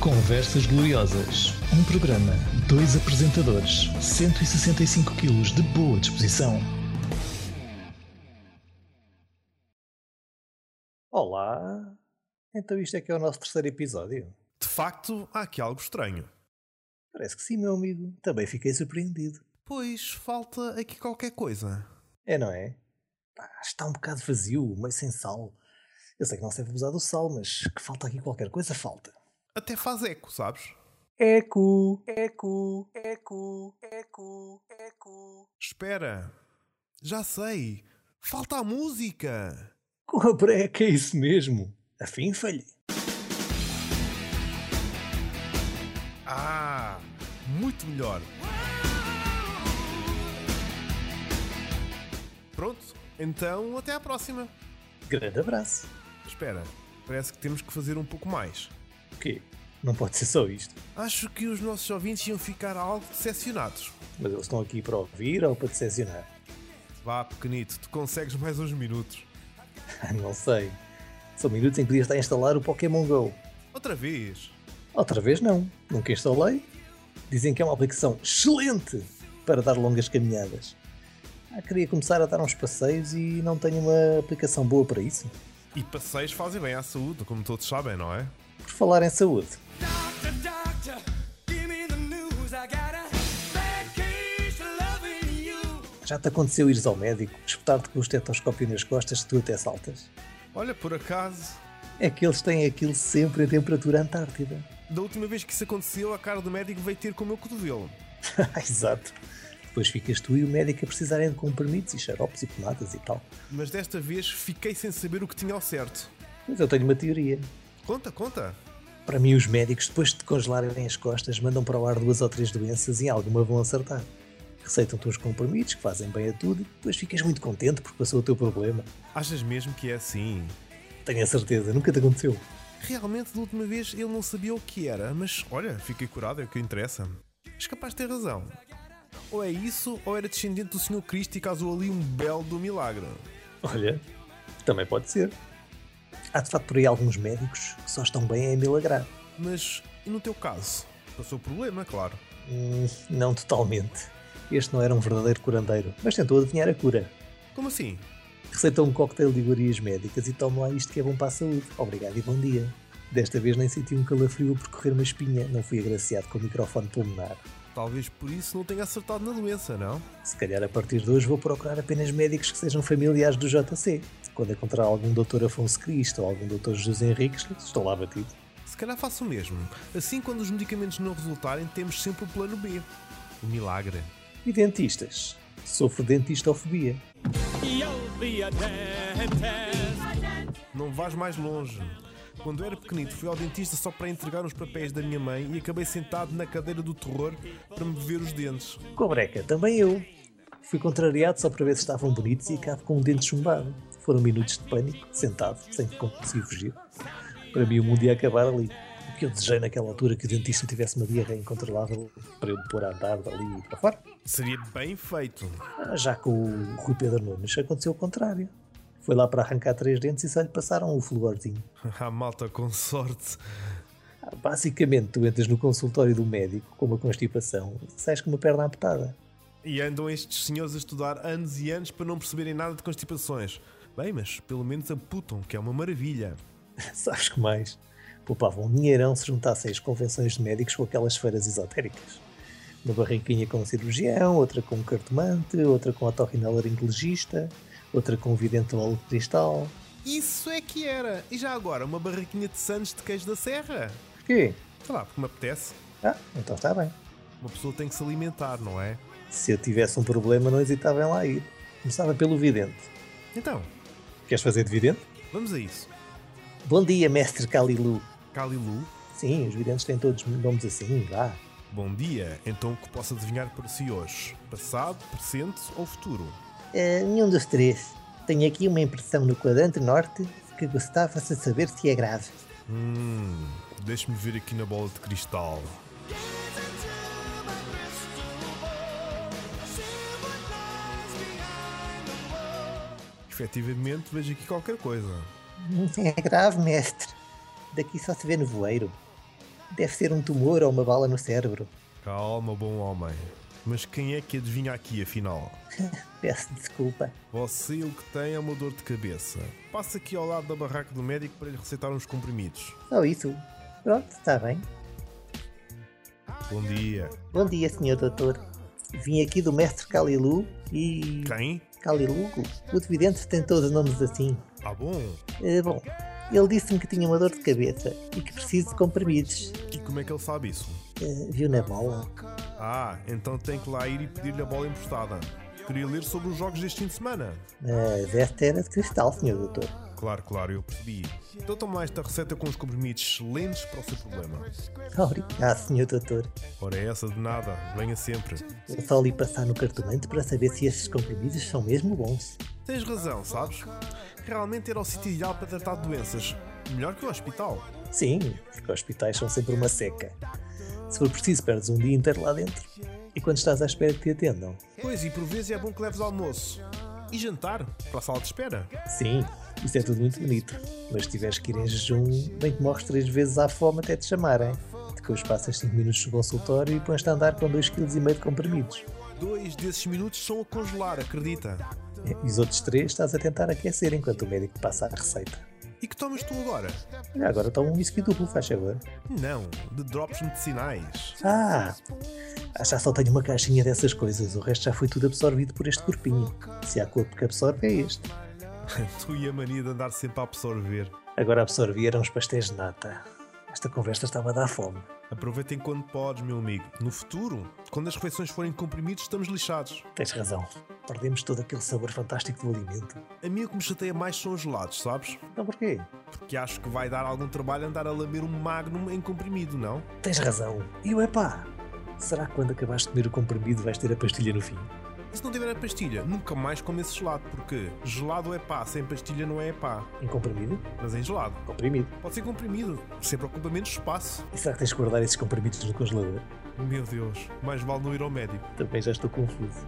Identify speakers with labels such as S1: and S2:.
S1: Conversas Gloriosas. Um programa, dois apresentadores, 165 quilos de boa disposição.
S2: Olá! Então isto é que é o nosso terceiro episódio.
S3: De facto, há aqui algo estranho.
S2: Parece que sim, meu amigo. Também fiquei surpreendido.
S3: Pois falta aqui qualquer coisa.
S2: É, não é? Pá, está um bocado vazio, meio sem sal. Eu sei que não se deve usar do sal, mas que falta aqui qualquer coisa, falta.
S3: Até faz eco, sabes?
S2: Eco, eco, eco, eco, eco.
S3: Espera. Já sei. Falta a música.
S2: Com a breca é isso mesmo. Afim, falhei.
S3: Ah, muito melhor. Pronto, então até à próxima.
S2: Grande abraço.
S3: Espera, parece que temos que fazer um pouco mais.
S2: O quê? Não pode ser só isto.
S3: Acho que os nossos ouvintes iam ficar algo decepcionados.
S2: Mas eles estão aqui para ouvir ou para decepcionar?
S3: Vá, pequenito, tu consegues mais uns minutos.
S2: Ah, Não sei. São minutos em que podias estar a instalar o Pokémon GO.
S3: Outra vez.
S2: Outra vez não. Nunca instalei. Dizem que é uma aplicação excelente para dar longas caminhadas. Ah, queria começar a dar uns passeios e não tenho uma aplicação boa para isso.
S3: E passeios fazem bem à saúde, como todos sabem, não é?
S2: Por falar em saúde,
S4: Doctor, doctor, give me the news. I got a bad case of loving you.
S2: já te aconteceu ires ao médico, espetar-te com o estetoscópio nas costas se tu até saltas?
S3: Olha, por acaso,
S2: É que eles têm aquilo sempre a temperatura antártida.
S3: da última vez que isso aconteceu, a cara do médico veio ter com o meu cotovelo.
S2: Ah, Exato. Depois ficas tu e o médico a precisarem de comprimidos e xaropes e pomadas e tal.
S3: Mas desta vez fiquei sem saber o que tinha ao certo.
S2: Mas eu tenho uma teoria.
S3: Conta, conta.
S2: Para mim, os médicos, depois de te congelarem as costas, mandam para o ar duas ou três doenças e em alguma vão acertar. Receitam-te uns comprimidos que fazem bem a tudo e depois ficas muito contente porque passou o teu problema.
S3: Achas mesmo que é assim?
S2: Tenho a certeza, nunca te aconteceu.
S3: Realmente, da última vez, ele não sabia o que era, mas olha, fiquei curado, é o que interessa. És capaz de ter razão. Ou é isso, ou era descendente do Senhor Cristo e causou ali um belo do milagre.
S2: Olha, também pode ser. Há de facto por aí alguns médicos que só estão bem a milagrar.
S3: Mas, e no teu caso? Passou problema, é claro.
S2: Hum, não totalmente. Este não era um verdadeiro curandeiro, mas tentou adivinhar a cura.
S3: Como assim?
S2: Receitou um coquetel de iguarias médicas e toma lá isto que é bom para a saúde. Obrigado e bom dia. Desta vez nem senti um calafrio a percorrer uma espinha, não fui agraciado com o microfone pulmonar.
S3: Talvez por isso não tenha acertado na doença, não?
S2: Se calhar a partir de hoje vou procurar apenas médicos que sejam familiares do JC. Quando encontrar algum Dr. Afonso Cristo ou algum Dr. José Henriques, estou lá batido.
S3: Se calhar faço o mesmo. Assim, quando os medicamentos não resultarem, temos sempre o plano B. O milagre.
S2: E dentistas? Sofro dentistofobia.
S4: You'll be a dentist.
S3: Não vais mais longe. Quando era pequenito, fui ao dentista só para entregar os papéis da minha mãe e acabei sentado na cadeira do terror para me ver os dentes.
S2: Com a breca, também eu. Fui contrariado só para ver se estavam bonitos e acabo com um dente chumbado. Foram minutos de pânico, sentado, sem que conseguir fugir. Para mim o mundo ia acabar ali. O que eu desejei naquela altura é que o dentista tivesse uma diarreia incontrolável para eu me pôr a andar dali para fora.
S3: Seria bem feito.
S2: Ah, Já com o Rui Pedro Nunes aconteceu o contrário. Foi lá para arrancar três dentes e só lhe passaram um o fluorzinho.
S3: Ah, malta, com sorte.
S2: Ah, Basicamente, tu entras no consultório do médico com uma constipação e sais com uma perna amputada.
S3: E andam estes senhores a estudar anos e anos para não perceberem nada de constipações. Bem, mas pelo menos aputam, que é uma maravilha.
S2: Sabes que mais? Poupavam um dinheirão se juntassem as convenções de médicos com aquelas feiras esotéricas. Uma barraquinha com um cirurgião, outra com um cartomante, outra com otorrinolaringologista, outra com um vidente ao olho de cristal.
S3: Isso é que era! E já agora, uma barraquinha de sandes de queijo da serra?
S2: Porquê?
S3: Sei lá, porque me apetece.
S2: Ah, então está bem.
S3: Uma pessoa tem que se alimentar, não é?
S2: Se eu tivesse um problema, não hesitava em lá ir. Começava pelo vidente.
S3: Então,
S2: Queres fazer de vidente?
S3: vamos a isso.
S2: Bom dia, mestre Calilu.
S3: Calilu,
S2: Sim, os videntes têm todos nomes assim, vá.
S3: bom dia. Então, o que posso adivinhar para si hoje? Passado, presente ou futuro?
S2: Ah, nenhum dos três. Tenho aqui uma impressão no quadrante norte que gostava-se de saber se é grave.
S3: Hum, deixe-me ver aqui na bola de cristal.
S4: Gaze into my crystal ball. See what lies behind the wall.
S3: Efetivamente, vejo aqui qualquer coisa.
S2: É grave, mestre. Daqui só se vê nevoeiro. Deve ser um tumor ou uma bala no cérebro.
S3: Calma, bom homem. Mas quem é que adivinha aqui, afinal?
S2: Peço desculpa.
S3: Você o que tem é uma dor de cabeça. Passa aqui ao lado da barraca do médico para lhe receitar uns comprimidos.
S2: Só isso. Pronto, está bem.
S3: Bom dia.
S2: Bom dia, senhor doutor. Vim aqui do mestre Calilu e.
S3: Quem?
S2: Calilu? O Dividente tem todos os nomes assim.
S3: Ah, bom.
S2: Eh, bom, ele disse-me que tinha uma dor de cabeça e que preciso de comprimidos.
S3: E como é que ele sabe isso?
S2: Eh, viu na bola?
S3: Ah, então tem que lá ir e pedir-lhe a bola emprestada. Queria ler sobre os jogos deste fim de semana.
S2: Mas esta era de cristal, senhor doutor.
S3: Claro, claro, eu percebi. Então toma lá esta receita com os comprimidos excelentes para o seu problema.
S2: Obrigado, senhor doutor.
S3: Ora, é essa de nada. Venha sempre.
S2: Eu É só li passar no cartomante para saber se estes comprimidos são mesmo bons.
S3: Tens razão, sabes? Realmente era o sítio ideal para tratar doenças. Melhor que o hospital.
S2: Sim, porque hospitais são sempre uma seca. Se for preciso, perdes um dia inteiro lá dentro. E quando estás à espera que te atendam?
S3: Pois, e por vezes é bom que leves almoço. E jantar, para a sala de espera.
S2: Sim, isso é tudo muito bonito. Mas se tiveres que ir em jejum, bem que morres três vezes à fome até te chamarem. Depois passas 5 minutos no consultório e pões-te a andar com 2,5 kg de comprimidos.
S3: Dois desses minutos são a congelar, acredita.
S2: É, E os outros três estás a tentar aquecer enquanto o médico passa a receita.
S3: E que tomas tu agora?
S2: Olha, agora toma um whisky duplo, faz favor.
S3: Não, de drops medicinais.
S2: Ah! ah, Já só tenho uma caixinha dessas coisas, o resto já foi tudo absorvido por este corpinho. Se há corpo que absorve, é este.
S3: tu e a mania de andar sempre a absorver.
S2: Agora absorvi eram os pastéis de nata. Esta conversa estava a dar fome.
S3: Aproveita enquanto podes, meu amigo. No futuro, quando as refeições forem comprimidos, estamos lixados.
S2: Tens razão. Perdemos todo aquele sabor fantástico do alimento.
S3: A mim o que me chateia mais são os gelados, sabes?
S2: Então porquê?
S3: Porque acho que vai dar algum trabalho andar a lamer um magnum em comprimido, não?
S2: Tens razão. E o epá? Será que quando acabares de comer o comprimido vais ter a pastilha no fim?
S3: E se não tiver a pastilha, nunca mais come esse gelado, porque gelado é pá, sem pastilha não é pá,
S2: Em Um comprimido?
S3: mas em gelado.
S2: Comprimido.
S3: Pode ser comprimido, sempre ocupa menos espaço.
S2: E será que tens que guardar esses comprimidos no congelador?
S3: Meu Deus, mais vale não ir ao médico.
S2: Também já estou confuso.